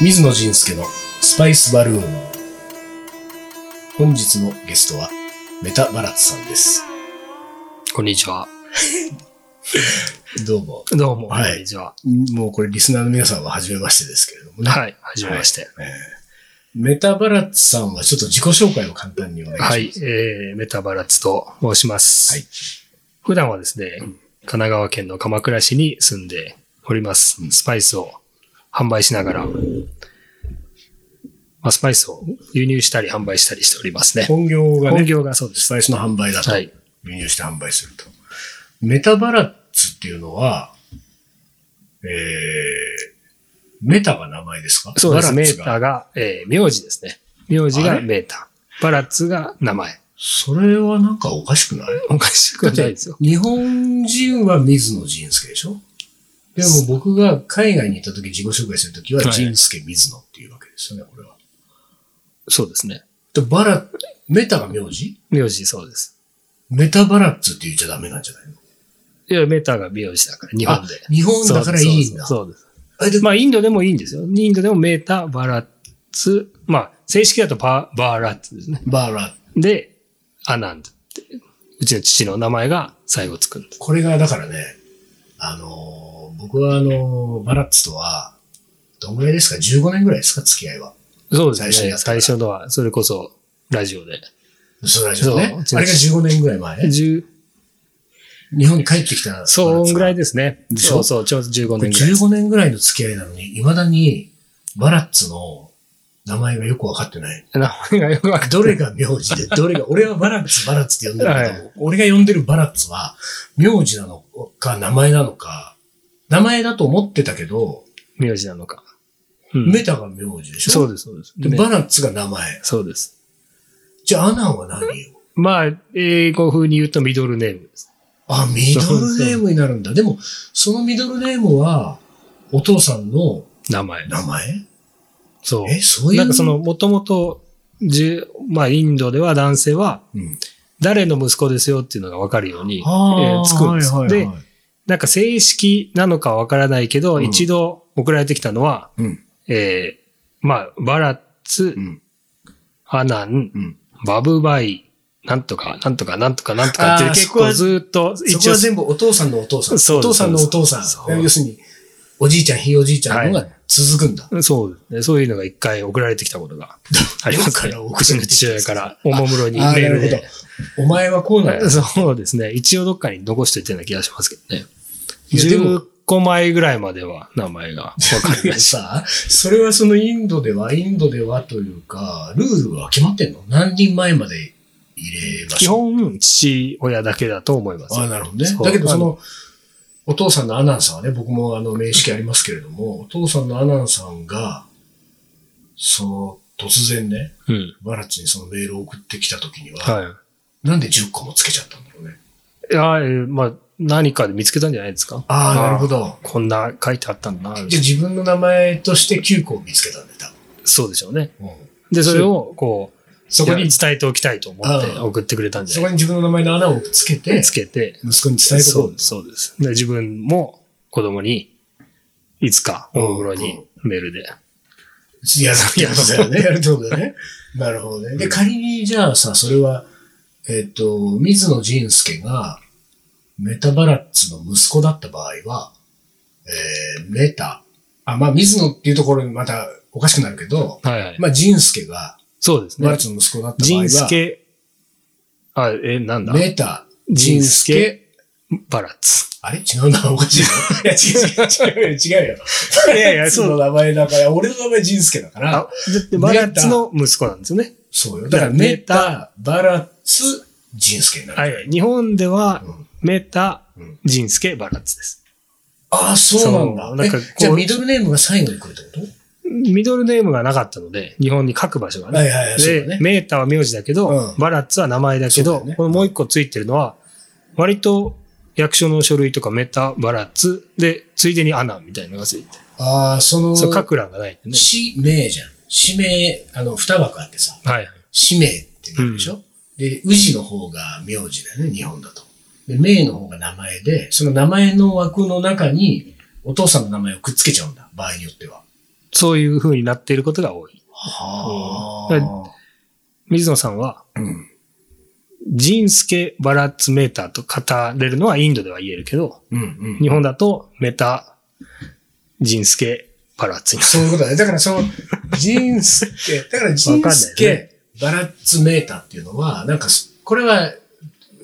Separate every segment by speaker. Speaker 1: 水野仁介のスパイスバルーン。本日のゲストは、メタバラツさんです。
Speaker 2: こんにちは。
Speaker 1: どうも。
Speaker 2: どうも。
Speaker 1: はい
Speaker 2: こんにちは。
Speaker 1: もうこれリスナーの皆さんは初めましてですけれどもね。
Speaker 2: はい。はじめまして。
Speaker 1: えーメタバラツさんはちょっと自己紹介を簡単にお願いします。
Speaker 2: はい。えー、メタバラツと申します。
Speaker 1: はい
Speaker 2: 普段はですね、神奈川県の鎌倉市に住んでおります。
Speaker 1: うん
Speaker 2: スパイスを販売しながら、まあ、スパイスを輸入したり販売したりしておりますね。
Speaker 1: 本業がね、
Speaker 2: 本業がそうです。
Speaker 1: スパイスの販売だと。
Speaker 2: はい。
Speaker 1: 輸入して販売すると。メタバラッツっていうのは、えー、メタが名前ですか
Speaker 2: そうです。
Speaker 1: バラ
Speaker 2: メ
Speaker 1: ッツ
Speaker 2: ー
Speaker 1: が
Speaker 2: タが、えー、名字ですね。名字
Speaker 1: あ
Speaker 2: が
Speaker 1: れ
Speaker 2: メータ。バラツが名前。
Speaker 1: それはなんかおかしくない
Speaker 2: おかしく
Speaker 1: だ
Speaker 2: は
Speaker 1: っ
Speaker 2: ない
Speaker 1: て
Speaker 2: ですよ。
Speaker 1: 日本人は水野仁介でしょでも僕が海外に行った時自己紹介する時は
Speaker 2: はい
Speaker 1: 仁介水野っていうわけですよね、これは。
Speaker 2: そうですね。
Speaker 1: でバラ、メタが名字
Speaker 2: 名字そうです。
Speaker 1: メタバラッツって言っちゃダメなんじゃないの
Speaker 2: いや、メタが名字だから、日本で
Speaker 1: あ。日本だからいいんだ。
Speaker 2: そうです。そう
Speaker 1: あ
Speaker 2: で
Speaker 1: です
Speaker 2: まあ、インドでもいいんですよ。インドでもメータ、バラッツ、まあ、正式だとパバーラッツですね。
Speaker 1: バラッツ。
Speaker 2: で、アナンドって、うちの父の名前が最後つくんだ。
Speaker 1: これがだからね、あのー僕はあのーバラッツとは、どんぐらいですか ?15 年ぐらいですか付き合いは。
Speaker 2: そうです
Speaker 1: 最初の
Speaker 2: ね。
Speaker 1: やつから
Speaker 2: 最初のは、それこそ、ラジオで。
Speaker 1: そうラジオね。
Speaker 2: そう
Speaker 1: あれが15年ぐらい前。
Speaker 2: 十
Speaker 1: 日本に帰ってきた
Speaker 2: そうぐらい
Speaker 1: で。
Speaker 2: ですね。
Speaker 1: でし
Speaker 2: そ
Speaker 1: ょ
Speaker 2: うそう、ちょうど15
Speaker 1: これ
Speaker 2: 年ぐらいです。
Speaker 1: 15年ぐらいの付き合いなのに、未だにバラッツの名前がよくわかってない。
Speaker 2: 名前がよくわかんな
Speaker 1: ど
Speaker 2: い
Speaker 1: れが名字 で、どれが、俺はバラッツ、バラッツって呼んでるけど、俺が呼んでるバラッツは、名字なのか、名前なのか、名前だと思ってたけど、
Speaker 2: 名字なのか。うん
Speaker 1: メタが名字でしょ
Speaker 2: そうです、そうです。
Speaker 1: で
Speaker 2: ね
Speaker 1: バラッツが名前。
Speaker 2: そうです。
Speaker 1: じゃあ、アナンは何よ
Speaker 2: まあ、英語風に言うとミドルネームです。
Speaker 1: あ、ミドルネームになるんだ。でも、そのミドルネームは、お父さんの
Speaker 2: 名前。
Speaker 1: 名前
Speaker 2: そう。
Speaker 1: え、そういう。
Speaker 2: なんかその、、もともと、じゅまあ、インドでは男性は、
Speaker 1: うん、
Speaker 2: 誰の息子ですよっていうのが分かるように、え
Speaker 1: あ
Speaker 2: ー
Speaker 1: ー
Speaker 2: つくんですよ、
Speaker 1: はいはい
Speaker 2: で、
Speaker 1: はい
Speaker 2: なんか正式なのか分からないけど、
Speaker 1: うん
Speaker 2: 一度送られてきたのは、
Speaker 1: うん、
Speaker 2: えーまあ、バラッツ
Speaker 1: う、ん、
Speaker 2: アナン、
Speaker 1: うん。
Speaker 2: バブバイ、なんとか、なんとか、なんとか、なんとかって
Speaker 1: あー
Speaker 2: 結
Speaker 1: そこは
Speaker 2: 構ずっと、
Speaker 1: そこは全部お父さんのお父さん。
Speaker 2: そう
Speaker 1: お
Speaker 2: です
Speaker 1: 父さんのお父さ
Speaker 2: そうです
Speaker 1: ん。要するに、おじいちゃん、ひいおじいちゃんの
Speaker 2: は
Speaker 1: が続くんだ。
Speaker 2: そうですね。そういうのが一回送られてきたことがあります
Speaker 1: どっ
Speaker 2: ね。
Speaker 1: から
Speaker 2: う
Speaker 1: 送 ら
Speaker 2: ち
Speaker 1: れ
Speaker 2: の
Speaker 1: てき
Speaker 2: 父
Speaker 1: たんで
Speaker 2: 親
Speaker 1: すか
Speaker 2: からおもむろにメ
Speaker 1: あーな
Speaker 2: ー
Speaker 1: る
Speaker 2: ル
Speaker 1: ほ
Speaker 2: で
Speaker 1: ど。。お前はこうなんだ。
Speaker 2: そうですね。一応どっかに残していたような気がしますけどね。
Speaker 1: いやでも
Speaker 2: 10個前ぐらいまでは名前がわかりまし
Speaker 1: さあ、 それはそのインドでは、インドではというか、ルールは決まってんの何人前まで入れま
Speaker 2: た。
Speaker 1: し
Speaker 2: 基
Speaker 1: ょう
Speaker 2: 本、父親だけだと思います。
Speaker 1: ああ、なるほどね
Speaker 2: そ。う
Speaker 1: だけど、そ
Speaker 2: あ
Speaker 1: の、お父さんのアナンさんはね、僕もあの、面識ありますけれども、お父さんのアナンさんが、その、突然ね、
Speaker 2: うん。
Speaker 1: バラッチにそのメールを送ってきた時には、
Speaker 2: は
Speaker 1: なんで10個もつけちゃったんだろうね。
Speaker 2: い。いや、えーまあ、何かで見つけたんじゃないですか。
Speaker 1: ああ、なるほ
Speaker 2: ど。
Speaker 1: ど。
Speaker 2: こんな書いてあったんだな。
Speaker 1: じゃあ自分の名前として9個を見つけたんだ、多
Speaker 2: そうでしょうね。
Speaker 1: 分。
Speaker 2: で、それを、こう、
Speaker 1: そこに、
Speaker 2: 伝えておきたいと思って送ってくれたんじ
Speaker 1: そ
Speaker 2: ゃ
Speaker 1: こ
Speaker 2: な
Speaker 1: に
Speaker 2: い
Speaker 1: 自分の名前の穴をつけて
Speaker 2: つ、けて、
Speaker 1: 息子に伝えと
Speaker 2: そ
Speaker 1: こ
Speaker 2: うそうです。で、自分も子供に、いつか、おもむろにメールで。
Speaker 1: う。やるってことだよね。やるってことだよね。 なるほどね。で、仮に、じゃあさ、それは、えっ、と、水野仁介が、メタバラッツの息子だった場合は、えー、メタ。あ、まあ、水野っていうところにまたおかしくなるけど、
Speaker 2: はいはい。
Speaker 1: まあ、仁介が、
Speaker 2: そうです
Speaker 1: バラ
Speaker 2: ね
Speaker 1: ッ。ツの息子だった場合
Speaker 2: 仁
Speaker 1: は、
Speaker 2: 助、あ、え、なんだ
Speaker 1: メタ、
Speaker 2: 仁
Speaker 1: 仁
Speaker 2: 助
Speaker 1: 介、
Speaker 2: バラッツ。
Speaker 1: あれ違う な、おかしいな。いや、違う違う違うよ、違うよ。
Speaker 2: いやいや
Speaker 1: バラッツ
Speaker 2: そう
Speaker 1: の名前だから、俺の名前仁介だから、
Speaker 2: あ、だってバラッツの息子なんですよね。
Speaker 1: そうよ。だから、メタ、バラッツ、ジンスケになる。
Speaker 2: はいはい。日本では
Speaker 1: うん、
Speaker 2: メタ
Speaker 1: うん、
Speaker 2: 仁助、バラッツです。
Speaker 1: ああ、そうなんだ。
Speaker 2: そうなんか
Speaker 1: え
Speaker 2: こう
Speaker 1: じゃあ、ミドルネームが最後に来るってこと
Speaker 2: ミドルネームがなかったので、日本に書く場所が
Speaker 1: は
Speaker 2: ね。
Speaker 1: いはいはいそうだね
Speaker 2: で、メータは名字だけど
Speaker 1: う、ん
Speaker 2: バラッツは名前だけ
Speaker 1: そうだ
Speaker 2: ど、
Speaker 1: よね
Speaker 2: このもう一個ついてるのは、割と役所の書類とかメタ、バラッツ、で、ついでにアナンみたいなのがついて。
Speaker 1: ああ、その、
Speaker 2: そう、書く欄がないんでね。
Speaker 1: 氏名じゃん。氏名、あの、二枠あってさ、
Speaker 2: はいはい。
Speaker 1: 氏名ってなるでしょ、で、氏の方が名字だよね、日本だと。で、名の方が名前で、その名前の枠の中に、お父さんの名前をくっつけちゃうんだ、場合によっては。
Speaker 2: そういう風になっていることが多い。
Speaker 1: は
Speaker 2: 水野さんは、
Speaker 1: あ。うん。
Speaker 2: ジンスケ・バラッツ・メーターと語れるのはインドでは言えるけど、
Speaker 1: うんうん。
Speaker 2: 日本だとメタ・ジンスケ・バラッツにな
Speaker 1: そういうことだね。だからその、ジンスケ、だからジンス
Speaker 2: わかんない
Speaker 1: ケ、バラッツメーターっていうのは、なんかす、これは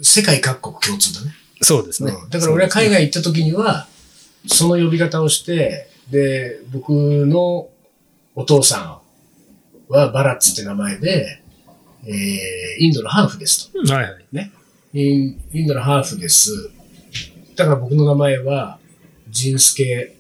Speaker 1: 世界各国共通だね。
Speaker 2: る。そうですね
Speaker 1: うん。だから俺は海外行った時には、その呼び方をして、で、僕のお父さんはバラッツって名前で、えー、インドのハーフですと。
Speaker 2: はいはい。
Speaker 1: インインドのハーフです。だから僕の名前は、ジンスケ・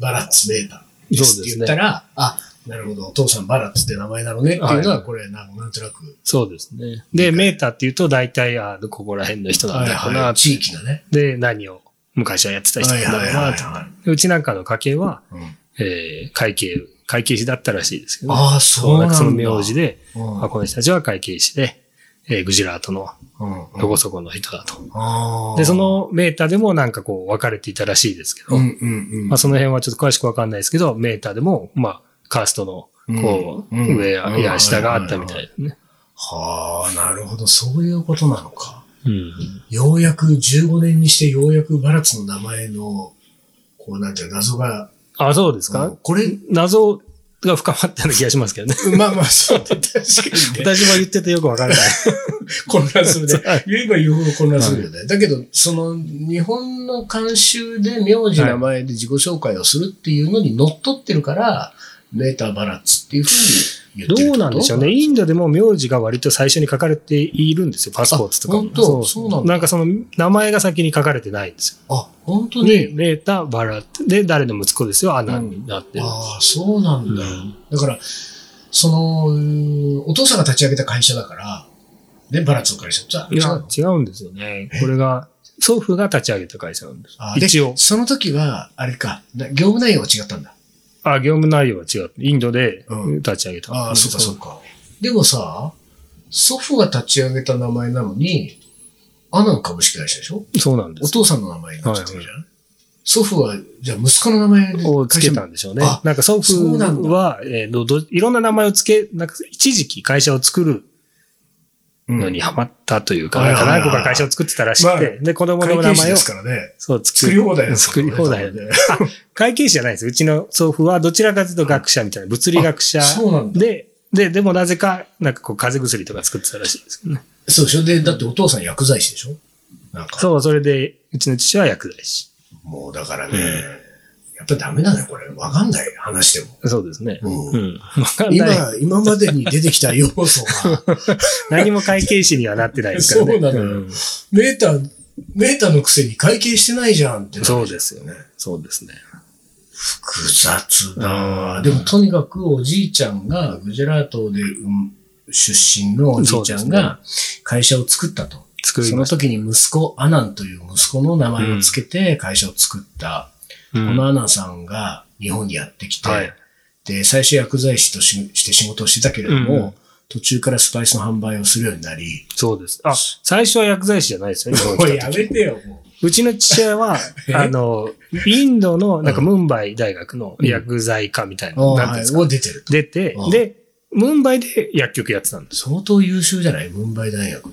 Speaker 1: バラッツ・メーターですって言ったら、あ、なるほど、お父さんバラッツって名前なのねっていうの
Speaker 2: は
Speaker 1: は、
Speaker 2: い
Speaker 1: これなんなんとなく、
Speaker 2: そうですね。で、メーターっていうと大体、あここら辺の人なんだろうな、
Speaker 1: はい地域だね。
Speaker 2: で、何を昔はやってた人なんだろうな、とか。
Speaker 1: は
Speaker 2: うちなんかの家系は、
Speaker 1: いうん
Speaker 2: えー会計、会計士だったらしいですけど、
Speaker 1: ああ、そうなんだ。
Speaker 2: その名字で、
Speaker 1: うん。
Speaker 2: まあ、この人たちは会計士で、えーグジラートの
Speaker 1: うん
Speaker 2: どこそこの人だと。
Speaker 1: あー
Speaker 2: で、そ、のメーターでもなんかこう分かれていたらしいですけど、
Speaker 1: うんうんうん。
Speaker 2: まあその辺はちょっと詳しく分かんないですけど、メーターでも、まあ、カーストの、こう、
Speaker 1: うん
Speaker 2: 上や、いや、下があったみたい。
Speaker 1: うん
Speaker 2: ですね。
Speaker 1: はあ、なるほど、そういうことなのか。
Speaker 2: うん。
Speaker 1: ようやく15年にしてようやくバラッツの名前の、こうなんていうの謎が、
Speaker 2: あ、そうですか、
Speaker 1: うんこれ、
Speaker 2: 謎が深まったような気がしますけど ね。
Speaker 1: まあまあ、そうね、確かに ね。
Speaker 2: 私も言っててよく分からない。
Speaker 1: 混乱するね。言えば言うほど混乱するよね。だけど、その、日本の慣習で名字名前で自己紹介をするっていうのに乗っ取ってるから、メーターバラッツっていうふうに言ってる
Speaker 2: どうなんでしょうね。。インドでも名字が割と最初に書かれているんですよ。パスポーツとかも。
Speaker 1: あ本当そうなんだ
Speaker 2: なんかその名前が先に書かれてないんですよ。
Speaker 1: あ、本当
Speaker 2: で、
Speaker 1: に。
Speaker 2: メータ、バラって、で、誰の息子ですよ、アナになってる。
Speaker 1: ああ、そうなんだ。
Speaker 2: うん
Speaker 1: だから、そのうー、お父さんが立ち上げた会社だから、ね、バラッツの会社じゃあ
Speaker 2: い
Speaker 1: 違う
Speaker 2: や
Speaker 1: の、
Speaker 2: 違うんですよね。これが、祖父が立ち上げた会社なんです
Speaker 1: あ。で
Speaker 2: 一応。
Speaker 1: その時は、あれか、な業務内容が違ったんだ。
Speaker 2: あ、業務内容は違う。インドで
Speaker 1: うん
Speaker 2: 立ち上げた。
Speaker 1: ああ、そうかそう
Speaker 2: う。
Speaker 1: か。でもさ、祖父が立ち上げた名前なのに、アナの株式会社でしょ
Speaker 2: そうなんで
Speaker 1: お
Speaker 2: す。
Speaker 1: 父さんの名前になっちゃってるじゃん、祖父は、じゃあ息子の名前で
Speaker 2: をつけたんでしょうね
Speaker 1: あ。
Speaker 2: なんか祖
Speaker 1: そう
Speaker 2: 父
Speaker 1: なんだ
Speaker 2: は、えーどどいろんな名前をつけ、なんか一時期会社を作る
Speaker 1: うん
Speaker 2: のにハマったというか、
Speaker 1: うん
Speaker 2: なんか
Speaker 1: はいはい
Speaker 2: 何
Speaker 1: はい
Speaker 2: 個か会社を作ってたらしくて、
Speaker 1: ま
Speaker 2: で、子供
Speaker 1: 会
Speaker 2: の
Speaker 1: 計
Speaker 2: 名
Speaker 1: 士
Speaker 2: 前
Speaker 1: で
Speaker 2: を、
Speaker 1: すからね。
Speaker 2: そう、
Speaker 1: 作り放題です
Speaker 2: 作り放題。
Speaker 1: で。
Speaker 2: 会計士じゃないです。うちの祖父はどちらかというと学者みたいな、物理学者
Speaker 1: そうなんだ。
Speaker 2: で、で、でもなぜか、なんかこう、風邪薬とか作ってたらしいですけどね。
Speaker 1: そうでしょで、だってお父さん薬剤師でしょなんか。
Speaker 2: そう、それで、うちの父は薬剤師。
Speaker 1: もうだからね、やっぱダメだね、これ。わかんない、話でも。
Speaker 2: そうですね。
Speaker 1: うん
Speaker 2: うん。わかん
Speaker 1: 今
Speaker 2: ない。、
Speaker 1: 今までに出てきた要素 が、
Speaker 2: 何も会計士にはなってないです からね。
Speaker 1: そうなのよ
Speaker 2: ん
Speaker 1: メーター、メーターのくせに会計してないじゃんってなる
Speaker 2: そうですよね。そうですね。
Speaker 1: 複雑だ
Speaker 2: う
Speaker 1: わ。
Speaker 2: ん
Speaker 1: でもとにかくおじいちゃんが、グジェラートで、うん出身のおじいちゃんが会社を作ったと。
Speaker 2: 作り
Speaker 1: そ
Speaker 2: ま
Speaker 1: の
Speaker 2: した。
Speaker 1: 時に息子、アナンという息子の名前をつけて会社を作った。
Speaker 2: うん
Speaker 1: このアナンさんが日本にやってきて、
Speaker 2: はい。
Speaker 1: で、最初薬剤師としして仕事をしてたけれども、
Speaker 2: うん
Speaker 1: 途中からスパイスの販売をするようになり、
Speaker 2: そうです。あ、最初は薬剤師じゃないです よね。日本に来た時
Speaker 1: てよ、も
Speaker 2: うちの父親 は
Speaker 1: え、
Speaker 2: あの、インドの、なんかムンバイ大学の薬剤科みたいな、なんていうん
Speaker 1: は
Speaker 2: で
Speaker 1: い、
Speaker 2: す
Speaker 1: も
Speaker 2: か
Speaker 1: う。出てると。
Speaker 2: 出て
Speaker 1: うん、
Speaker 2: で、ムンバイで薬局やってたんです
Speaker 1: 相当優秀じゃないムンバイ大学っ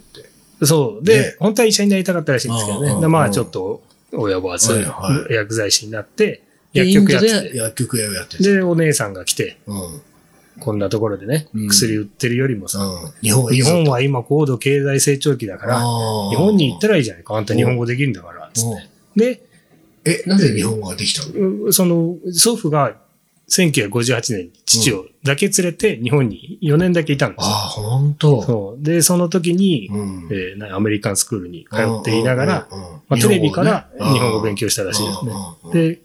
Speaker 1: て。
Speaker 2: そう。で、
Speaker 1: ね
Speaker 2: 本当は医者になりたかったらしいんですけど
Speaker 1: あああ
Speaker 2: ね。
Speaker 1: あ
Speaker 2: でま
Speaker 1: ああ
Speaker 2: あ、ちょっと及ばず
Speaker 1: はいは、
Speaker 2: 薬剤師になって、
Speaker 1: で
Speaker 2: 薬局やっ
Speaker 1: インド
Speaker 2: て
Speaker 1: で薬局屋をやって
Speaker 2: て。
Speaker 1: て。
Speaker 2: で、お姉さんが来て、
Speaker 1: うん。うん。
Speaker 2: こんなところでね
Speaker 1: うん、
Speaker 2: 薬売ってるよりもさ、
Speaker 1: 日本はいい
Speaker 2: 日
Speaker 1: ぞ
Speaker 2: 本は今高度経済成長期だから、
Speaker 1: あー
Speaker 2: 日本に行ったらいいじゃないか。あんた日本語できるんだから。つっ
Speaker 1: うん
Speaker 2: て
Speaker 1: え、なんで日本語ができたの
Speaker 2: で、うその、祖父が1958年に父をだけ連れて日本に4年だけいたんですよ。
Speaker 1: ああ、ほんと。
Speaker 2: そう。で、その時に、
Speaker 1: うん
Speaker 2: えーなアメリカンスクールに通っていながら、、
Speaker 1: うんうんうん
Speaker 2: まあ、テレビから
Speaker 1: 日本語をね
Speaker 2: 日本語を勉強したらしいですね。
Speaker 1: うんうんうん
Speaker 2: で、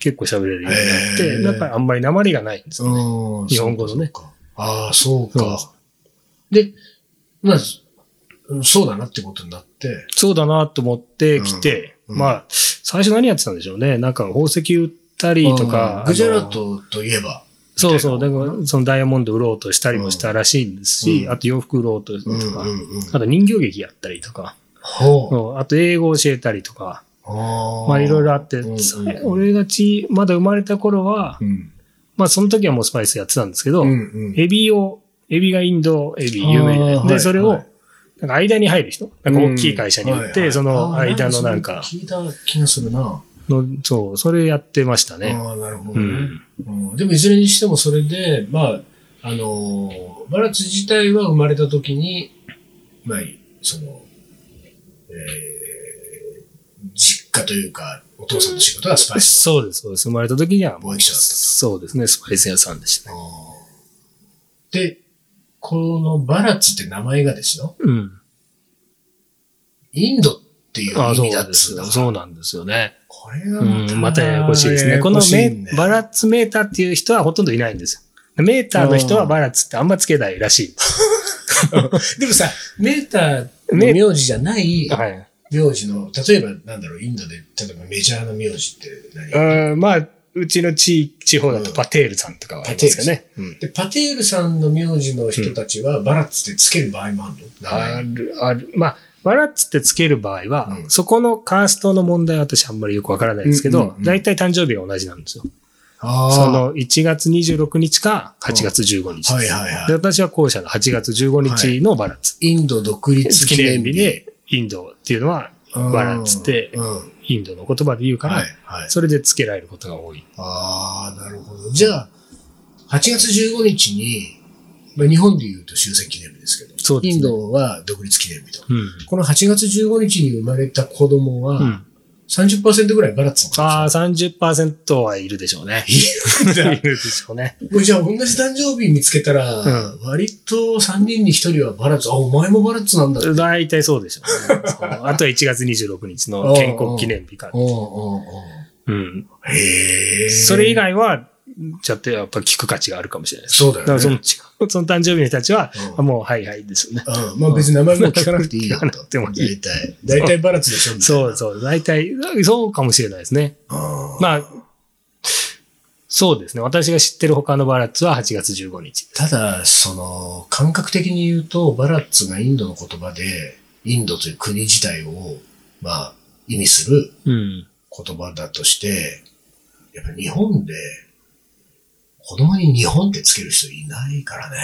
Speaker 2: 結構喋れるようになっ
Speaker 1: へ
Speaker 2: て、
Speaker 1: ー
Speaker 2: なんかあんまり訛りがないんですよね。
Speaker 1: うん
Speaker 2: 日本語のね。
Speaker 1: そうかああ、そう
Speaker 2: そ
Speaker 1: か。で、まあ、うんそうだなってことになって、
Speaker 2: そうだなと思って来て、
Speaker 1: うんうん
Speaker 2: まあ、最初何やってたんでしょうね。なんか宝石売ったりとか、
Speaker 1: う
Speaker 2: あ
Speaker 1: ん
Speaker 2: の
Speaker 1: グジェラートといえば、
Speaker 2: そうそう、
Speaker 1: みた
Speaker 2: だ
Speaker 1: いな
Speaker 2: からそのダイヤモンド売ろうとしたりもしたらしいんですし、
Speaker 1: うん
Speaker 2: あと洋服売ろうととか、
Speaker 1: うんうんうん
Speaker 2: あと人形劇やったりとか、
Speaker 1: ほう。
Speaker 2: そうあと英語教えたりとか、
Speaker 1: あ
Speaker 2: まあいろいろあって、
Speaker 1: うん
Speaker 2: さ俺がち、まだ生まれた頃は、
Speaker 1: うん。
Speaker 2: まあその時はもうスパイスやってたんですけ
Speaker 1: う
Speaker 2: ど、
Speaker 1: んうん。
Speaker 2: エビを、エビがインドエビ有
Speaker 1: あ
Speaker 2: 名
Speaker 1: ー
Speaker 2: で、
Speaker 1: はい
Speaker 2: で、それ
Speaker 1: は
Speaker 2: を
Speaker 1: い、
Speaker 2: なんか間に入る人、なんか大きい会社に行っ
Speaker 1: はいは
Speaker 2: て、
Speaker 1: い
Speaker 2: その間のなん
Speaker 1: あ
Speaker 2: か
Speaker 1: ーそれ聞いた気がするな。
Speaker 2: の、そう、それやってましたね。
Speaker 1: ああ、なるほ
Speaker 2: う
Speaker 1: どね。
Speaker 2: ん。
Speaker 1: うんでもいずれにしてもそれで、まあ、あのー、バラッツ自体は生まれた時に、まあ、その、えー実家というか、お父さんの仕事はスパイス。
Speaker 2: そうです、そうです。生まれた時には、
Speaker 1: 貿易者だったと
Speaker 2: そうですね、スパイス屋さんでしたね。
Speaker 1: で、このバラッツって名前がですよ、
Speaker 2: うん。
Speaker 1: インドっていう
Speaker 2: あ
Speaker 1: 意
Speaker 2: そう
Speaker 1: 味
Speaker 2: な
Speaker 1: だ
Speaker 2: ん
Speaker 1: っ
Speaker 2: です
Speaker 1: つう
Speaker 2: よ。
Speaker 1: のが
Speaker 2: そうなんですよね。
Speaker 1: これがま
Speaker 2: う
Speaker 1: た、
Speaker 2: ん、またややこしいですね。この
Speaker 1: やや
Speaker 2: メ
Speaker 1: しいんだよ
Speaker 2: バラッツメーターっていう人はほとんどいないんですよ。メーターの人はバラッツってあんまつけないらしいで す。
Speaker 1: でもさ、メーター
Speaker 2: メ
Speaker 1: の名字じゃない、
Speaker 2: はい。
Speaker 1: 名字の、例えばなんだろう、インドで、例えばメジャーな名字って何、
Speaker 2: うん、まあ、うちの地地方だとパテールさんとかはありますかね。うん
Speaker 1: で、パテールさんの名字の人たちは、バラッツってつける場合もあるの名前
Speaker 2: ある、ある。まあ、バラッツってつける場合は、
Speaker 1: うん
Speaker 2: そこのカーストの問題は私あんまりよくわからないですけ
Speaker 1: うんうん
Speaker 2: ど
Speaker 1: う、ん
Speaker 2: 大体、誕生日が同じなんですよ。
Speaker 1: あ
Speaker 2: その1月26日か8月15日
Speaker 1: は
Speaker 2: で
Speaker 1: い
Speaker 2: す。
Speaker 1: はいは
Speaker 2: で私は後者の8月15日のバラッツ。
Speaker 1: い。インド独立
Speaker 2: 記
Speaker 1: 記念
Speaker 2: 念
Speaker 1: 日
Speaker 2: 日
Speaker 1: で、
Speaker 2: で、インドっていうのは、
Speaker 1: うん
Speaker 2: バラッツって
Speaker 1: うん。
Speaker 2: インドの言葉で言うから、
Speaker 1: はいはい。
Speaker 2: それで付けられることが多い。
Speaker 1: ああ、なるほど。じゃあ、8月15日に、まあ、日本で言うと終戦記念日ですけど、
Speaker 2: そうですね
Speaker 1: インドは独立記念日と。
Speaker 2: うん。
Speaker 1: この8月15日に生まれた子供
Speaker 2: う
Speaker 1: は、
Speaker 2: ん、
Speaker 1: 30%ぐらいバラッツの可能性
Speaker 2: ああ、30%はいるでしょうね。
Speaker 1: いるん
Speaker 2: い
Speaker 1: だ
Speaker 2: るでしょうね。
Speaker 1: これじゃあ同じ誕生日見つけたら
Speaker 2: う、
Speaker 1: 割と3人に1人はバラッツ、あ、お前もバラッツなんだって。
Speaker 2: 大体そうでしょうね。そうあとは1月26日の建国記念日か。
Speaker 1: おうおうおう
Speaker 2: うん。
Speaker 1: へえ。
Speaker 2: それ以外は、ちょっとやっぱ聞く価値があるかもしれないです。
Speaker 1: そうだ
Speaker 2: だか
Speaker 1: よ
Speaker 2: らその
Speaker 1: ね。
Speaker 2: 違う、その誕生日の人たちは、
Speaker 1: う
Speaker 2: もうはいはいですよね。
Speaker 1: うん、まあ別に名前も聞かなくていいよと。
Speaker 2: 聞かなくてもい
Speaker 1: 大
Speaker 2: い
Speaker 1: 体。 大体バラッツでしょみたいな
Speaker 2: そうそう。大体、そうかもしれないですね。
Speaker 1: あー
Speaker 2: まあ、そうですね。私が知ってる他のバラッツは8月15日。
Speaker 1: ただ、その、感覚的に言うと、バラッツがインドの言葉で、インドという国自体を、まあ、意味する
Speaker 2: うん。
Speaker 1: 言葉だとして、やっぱ日本で、子供に日本ってつける人いないからね。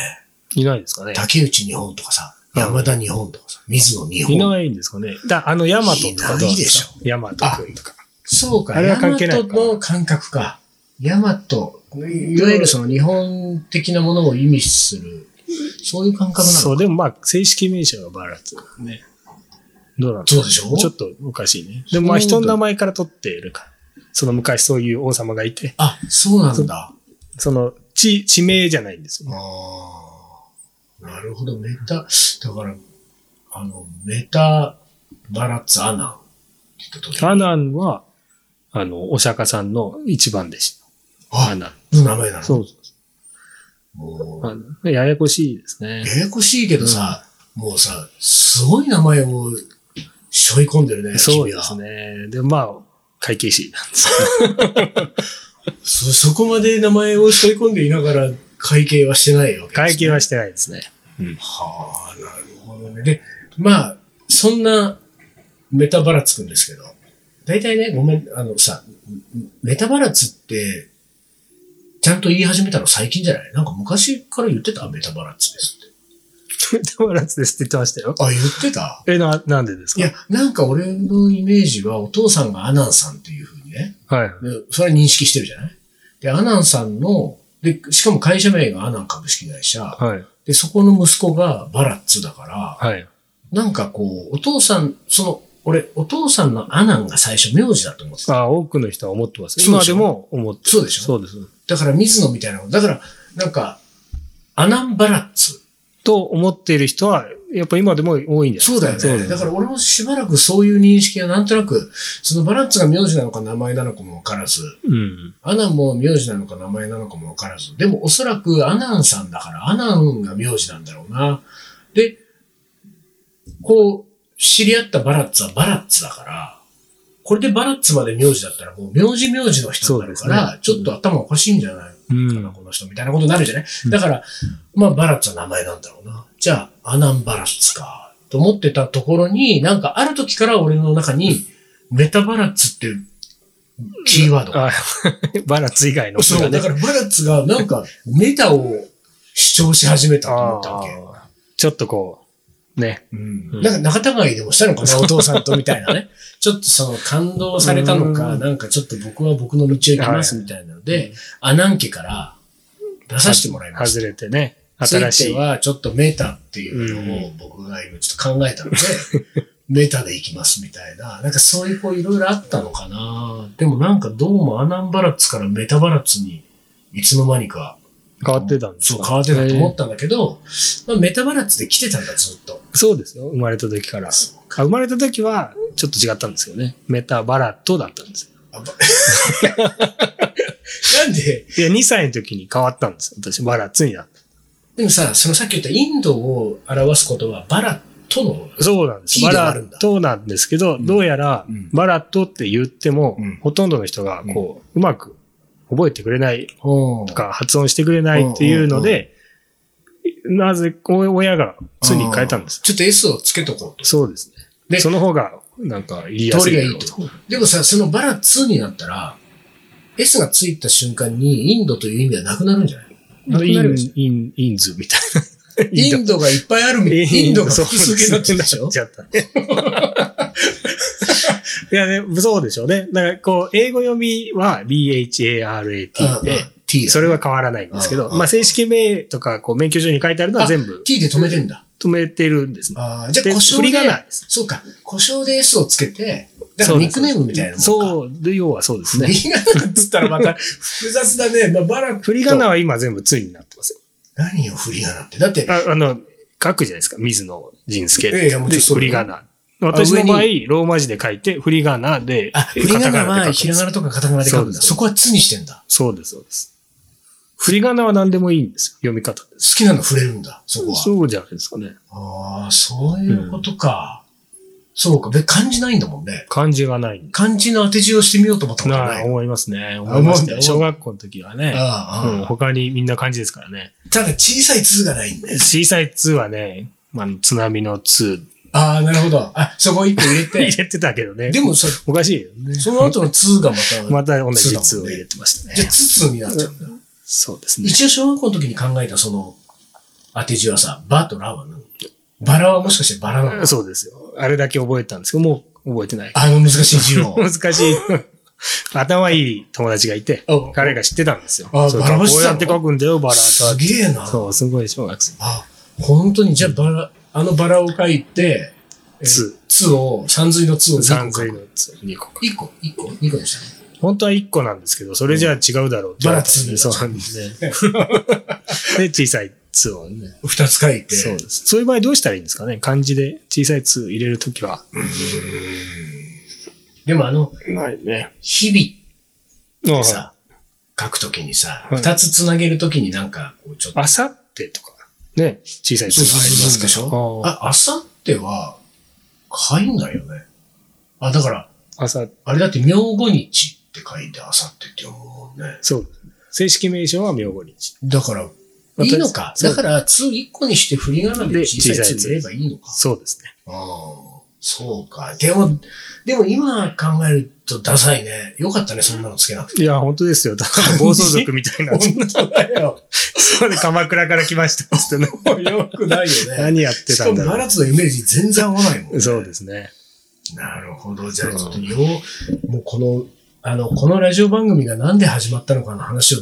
Speaker 2: いないですかね。
Speaker 1: 竹内日本とかさ、
Speaker 2: うん
Speaker 1: 山田日本とかさ、水野日
Speaker 2: い
Speaker 1: 本。
Speaker 2: ないんですかね。だあの、ヤマトとかどう
Speaker 1: いないでしょ
Speaker 2: ヤマトくんとか。
Speaker 1: そうか、
Speaker 2: あれは
Speaker 1: ヤマ
Speaker 2: 関係ない
Speaker 1: ト
Speaker 2: か
Speaker 1: の感覚か。ヤマト、いわゆるその日本的なものを意味する、そういう感覚なの
Speaker 2: そう、でもまあ、正式名称がバラッツね。どうなん
Speaker 1: そうでしょ
Speaker 2: ちょっとおかしいね。でもまあ、
Speaker 1: そうだ
Speaker 2: 人の名前から取っているから。その昔そういう王様がいて、
Speaker 1: あ、そうなんだ。
Speaker 2: その地、地名じゃないんですよね。
Speaker 1: ああ、なるほど、メタ、だから、あの、メタバラッツアナンって言った時
Speaker 2: アナンは、あの、お釈迦さんの一番弟子。ア
Speaker 1: あ、
Speaker 2: ナン。
Speaker 1: の名前なの
Speaker 2: そうそう
Speaker 1: もう
Speaker 2: あのややこしいですね。
Speaker 1: ややこしいけどさ、もうさ、すごい名前を背負い込んでるね、
Speaker 2: そう
Speaker 1: 君
Speaker 2: で
Speaker 1: は
Speaker 2: すね。で、まあ、会計士なんです。
Speaker 1: そ、そこまで名前を背負い込んでいながら会計はしてないわけ
Speaker 2: 会計
Speaker 1: は。
Speaker 2: はしてないですね。
Speaker 1: はあ、なるほどね。で、まあ、そんなメタバラつくんですけど、大体ね、ごめん、あのさ、メタバラつって、ちゃんと言い始めたの最近じゃないなんか昔から言ってたメタバラツですって。
Speaker 2: 友達ですって言ってましたよ。
Speaker 1: あ、言ってた
Speaker 2: え、な、なんでです
Speaker 1: い
Speaker 2: か
Speaker 1: や、なんか俺のイメージはお父さんがアナンさんっていうふうにね、
Speaker 2: はい。
Speaker 1: でそれは認識してるじゃないで、アナンさんの、で、しかも会社名がアナン株式会社。
Speaker 2: はい。
Speaker 1: で、そこの息子がバラッツだから、
Speaker 2: はい。
Speaker 1: なんかこう、お父さん、その、俺、お父さんのアナンが最初名字だと思ってた。
Speaker 2: あ多くの人は思ってますよ。
Speaker 1: そう
Speaker 2: 今
Speaker 1: でし
Speaker 2: で
Speaker 1: ょ
Speaker 2: も思って
Speaker 1: そうでしょ
Speaker 2: そうです。
Speaker 1: だから水野みたいなの。だから、なんか、アナンバラッツ。
Speaker 2: と思っている人は、やっぱ今でも多いんじゃ
Speaker 1: そ
Speaker 2: ないう
Speaker 1: だ
Speaker 2: で
Speaker 1: よ
Speaker 2: すか。
Speaker 1: ね。だから俺もしばらくそういう認識がなんとなく、そのバラッツが名字なのか名前なのかもわからず、
Speaker 2: うん。
Speaker 1: アナンも名字なのか名前なのかもわからず。でもおそらくアナンさんだから、アナンが名字なんだろうな。で、こう、知り合ったバラッツはバラッツだから、これでバラッツまで名字だったらもう名字名字の人になるから、
Speaker 2: そ
Speaker 1: ち
Speaker 2: う
Speaker 1: ょ
Speaker 2: ですね
Speaker 1: っと頭おかしいんじゃないか
Speaker 2: うん
Speaker 1: な、。この人みたいなことになるじゃない、
Speaker 2: うん
Speaker 1: だから、まあバラッツは名前なんだろうな。じゃあ、アナンバラッツか。と思ってたところに、なんかある時から俺の中に、メタバラッツっていうキーワード。
Speaker 2: あ バラッツ以外の人
Speaker 1: そう、
Speaker 2: がね
Speaker 1: だからバラッツがなんかメタを主張し始めたと思ったわけ。
Speaker 2: あーちょっとこう、ね。
Speaker 1: うんなんか仲違いでもしたのかな、お父さんとみたいな ね。ちょっとその感動されたの
Speaker 2: う
Speaker 1: か、
Speaker 2: ん
Speaker 1: なんかちょっと僕は僕の道を行きますみたいなので、アナン家から出させてもらいました。
Speaker 2: 外れてね。新
Speaker 1: 新し
Speaker 2: し
Speaker 1: い
Speaker 2: い。
Speaker 1: はちょっとメタっていうのを僕が今ちょっと考えたので、 メタで行きますみたいな、なんかそういうこういろいろあったのかな。でもなんかどうもアナンバラッツからメタバラッツにいつの間にか
Speaker 2: 変わってたんです
Speaker 1: そう
Speaker 2: か
Speaker 1: 変わってたと思
Speaker 2: へ
Speaker 1: ったんだけど、まあ、メタバラッツで来てたんだずっと。
Speaker 2: ーそうですよ。生まれた時から。あ生まれた時は、ちょっと違ったんですよね。メタバラットだったんですよ。
Speaker 1: あば なんで、
Speaker 2: いや、2歳の時に変わったんですよ。私、バラッツになっ
Speaker 1: でもさ、そのさっき言ったインドを表すことはバラとの、
Speaker 2: た。そうなんです。
Speaker 1: キー
Speaker 2: バ
Speaker 1: ではあ
Speaker 2: ラ
Speaker 1: るんだ
Speaker 2: ットなんですけど、
Speaker 1: うん
Speaker 2: どうやら
Speaker 1: うん、
Speaker 2: バラットって言っても、
Speaker 1: うん
Speaker 2: ほとんどの人が、こう、うまく覚えてくれない
Speaker 1: と
Speaker 2: と、か発音してくれないっていうので、なぜ、お親がつに変えたんです。
Speaker 1: ちょっと S をつけとこうと。
Speaker 2: そうですね。
Speaker 1: で
Speaker 2: で、その方が、なんか、言いやす
Speaker 1: 通
Speaker 2: い
Speaker 1: り
Speaker 2: だ
Speaker 1: がい
Speaker 2: ろ
Speaker 1: いうと。でもさ、そのバラ2になったら、S がついた瞬間にインドという意味はなくなるんじゃないなく
Speaker 2: イ
Speaker 1: なる
Speaker 2: ン
Speaker 1: よね、
Speaker 2: イン、インズみたいな。
Speaker 1: イ ンドがいっぱいあるみインドが複数形になってるでし
Speaker 2: そう
Speaker 1: ょ
Speaker 2: なっちゃったねいやね、そうでしょうね。だから、こう、英語読みは BHARAT
Speaker 1: うんう
Speaker 2: で
Speaker 1: ん、T だ
Speaker 2: それは変わらないんですけ
Speaker 1: う
Speaker 2: ど、
Speaker 1: んうん
Speaker 2: まあ、正式名とか、こう、免許証に書いてあるのは全部
Speaker 1: T で止めてんだ。
Speaker 2: 止めてるんですね。
Speaker 1: ああ、じゃあ
Speaker 2: で
Speaker 1: 故障
Speaker 2: 振り
Speaker 1: で
Speaker 2: 仮名で、す
Speaker 1: そうか、故障で S をつけて、だからニックネームみたいなもんか。
Speaker 2: そう、で要はそうですね。
Speaker 1: 振り仮名っつったらまた複雑だね。まあ、バラと
Speaker 2: 振り仮名は今全部ついになってますよ。
Speaker 1: 何よ、振り仮名って。だって、
Speaker 2: ああの、書くじゃないですか。水野仁介。
Speaker 1: ええいやもちろ
Speaker 2: で、
Speaker 1: んそう
Speaker 2: 振
Speaker 1: だよ
Speaker 2: り仮名。私の場合
Speaker 1: あ上、
Speaker 2: ローマ字で書いて、振り仮名で、
Speaker 1: あ、振り仮名はひらが
Speaker 2: な。
Speaker 1: なとかカタカナで書くんだ。
Speaker 2: そうです
Speaker 1: そこはつにしてんだ。
Speaker 2: そうです、そうです。振り仮名は何でもいいんですよ。読み方で
Speaker 1: 好
Speaker 2: す。
Speaker 1: きなの触れるんだ、そこは。
Speaker 2: そうじゃないですかね。
Speaker 1: ああ、そういうことか。そうか。別に漢字ないんだもんね。
Speaker 2: 漢字がない。
Speaker 1: 漢字の当て字をしてみようと思ったこと
Speaker 2: な
Speaker 1: な
Speaker 2: あ、
Speaker 1: い。
Speaker 2: 思いますね。思います
Speaker 1: 思うんだ
Speaker 2: ね。小学校の時はね。
Speaker 1: ああ
Speaker 2: うん、他にみんな漢字ですからね。
Speaker 1: ただ小さい通がないんだよ。
Speaker 2: 小さい2はね、まあ、津波の2
Speaker 1: ああ、なるほど。あ、そこ一個入れ
Speaker 2: 入
Speaker 1: て。
Speaker 2: れてたけどね。
Speaker 1: でもさ、
Speaker 2: おかしいよね。
Speaker 1: その後の通がまた、
Speaker 2: また同じ
Speaker 1: 通だ
Speaker 2: 2を
Speaker 1: もんね
Speaker 2: 入れてましたね
Speaker 1: じゃ。あつつになっちゃうんだ。
Speaker 2: そうですね。
Speaker 1: 一応小学校の時に考えたその当て字はさ、バとラは何バラはもしかしてバラなの
Speaker 2: そうですよ。あれだけ覚えたんですけど、もう覚えてない。
Speaker 1: あの難しい 字を。
Speaker 2: 難しい。頭いい友達がいて
Speaker 1: お、
Speaker 2: 彼が知ってたんですよ。
Speaker 1: あ
Speaker 2: そう
Speaker 1: バラ
Speaker 2: こ
Speaker 1: バラして
Speaker 2: う
Speaker 1: た
Speaker 2: や
Speaker 1: の
Speaker 2: って書くんだよ、バラ
Speaker 1: す
Speaker 2: と。
Speaker 1: げえな。
Speaker 2: そう、すごい小学生。
Speaker 1: あ、本当に、じゃあバラ、あのバラを書いて、え
Speaker 2: つ
Speaker 1: つを、三髄のつを
Speaker 2: 三
Speaker 1: 2個書
Speaker 2: 歳の
Speaker 1: く。
Speaker 2: 2個か。
Speaker 1: 1個 ?1 個 ?2 個でしたね。
Speaker 2: 本当は1個なんですけど、それじゃあ違うだろうと
Speaker 1: バラつになっちゃ
Speaker 2: そううなんですね。で、小さい2をね。
Speaker 1: 2つ書いて。
Speaker 2: そうです。そういう場合どうしたらいいんですかね漢字で小さい2入れるときは。
Speaker 1: でもあの、
Speaker 2: ないね。
Speaker 1: 日々
Speaker 2: あ
Speaker 1: ってさ、書くときにさ、
Speaker 2: はい
Speaker 1: 2つつなげるときになんか、こうちょっと。
Speaker 2: あさってとか。ね。小さい2が入ります
Speaker 1: でしょ
Speaker 2: あ
Speaker 1: あ、あさっては、入んないよね。あ、だから、
Speaker 2: あさ
Speaker 1: あれだって、明後日って書いてあさってって読むもんね。
Speaker 2: そう。正式名称は明後日。
Speaker 1: だから、
Speaker 2: まあ
Speaker 1: いいのか。
Speaker 2: そう
Speaker 1: だから、つ1個にして振り仮名で
Speaker 2: で
Speaker 1: 小さい
Speaker 2: 小さい
Speaker 1: つ入れればいいのか。
Speaker 2: そうですね。
Speaker 1: ああ、そうか。でも、でも今考えるとダサいね。よかったね、そんなのつけ なくて。
Speaker 2: いや、本当ですよ。だから暴走族みたいな。
Speaker 1: 当だよ。
Speaker 2: そうで鎌倉から来ましたっつってね。
Speaker 1: よくないよね。
Speaker 2: 何やって
Speaker 1: したか
Speaker 2: ん
Speaker 1: も、
Speaker 2: だ
Speaker 1: ガ
Speaker 2: ろ
Speaker 1: ラツのイメージ全然合わないもん、
Speaker 2: う。そうですね。
Speaker 1: なるほど。じゃあ、ちょっとよう、もうこの、あの、このラジオ番組がなんで始まったのかの話を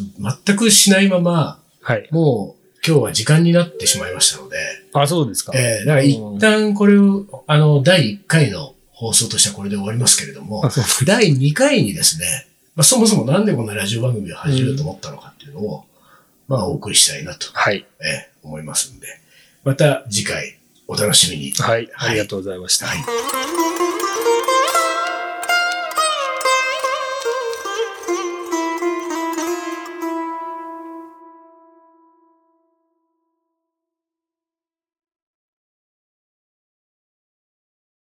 Speaker 1: 全くしないまま、
Speaker 2: はい。
Speaker 1: もう今日は時間になってしまいましたので、
Speaker 2: あ、そうですか。
Speaker 1: えー、だから一旦これを、あの、第1回の放送としてはこれで終わりますけれども
Speaker 2: あ、そう
Speaker 1: 第2回にですね、まあ、そもそもなんでこんなラジオ番組を始めようと思ったのかっていうのを、まあ、お送りしたいなと、
Speaker 2: はい。
Speaker 1: えー思いますんで、また次回お楽しみに。
Speaker 2: はい。ありがとうございました。
Speaker 1: はい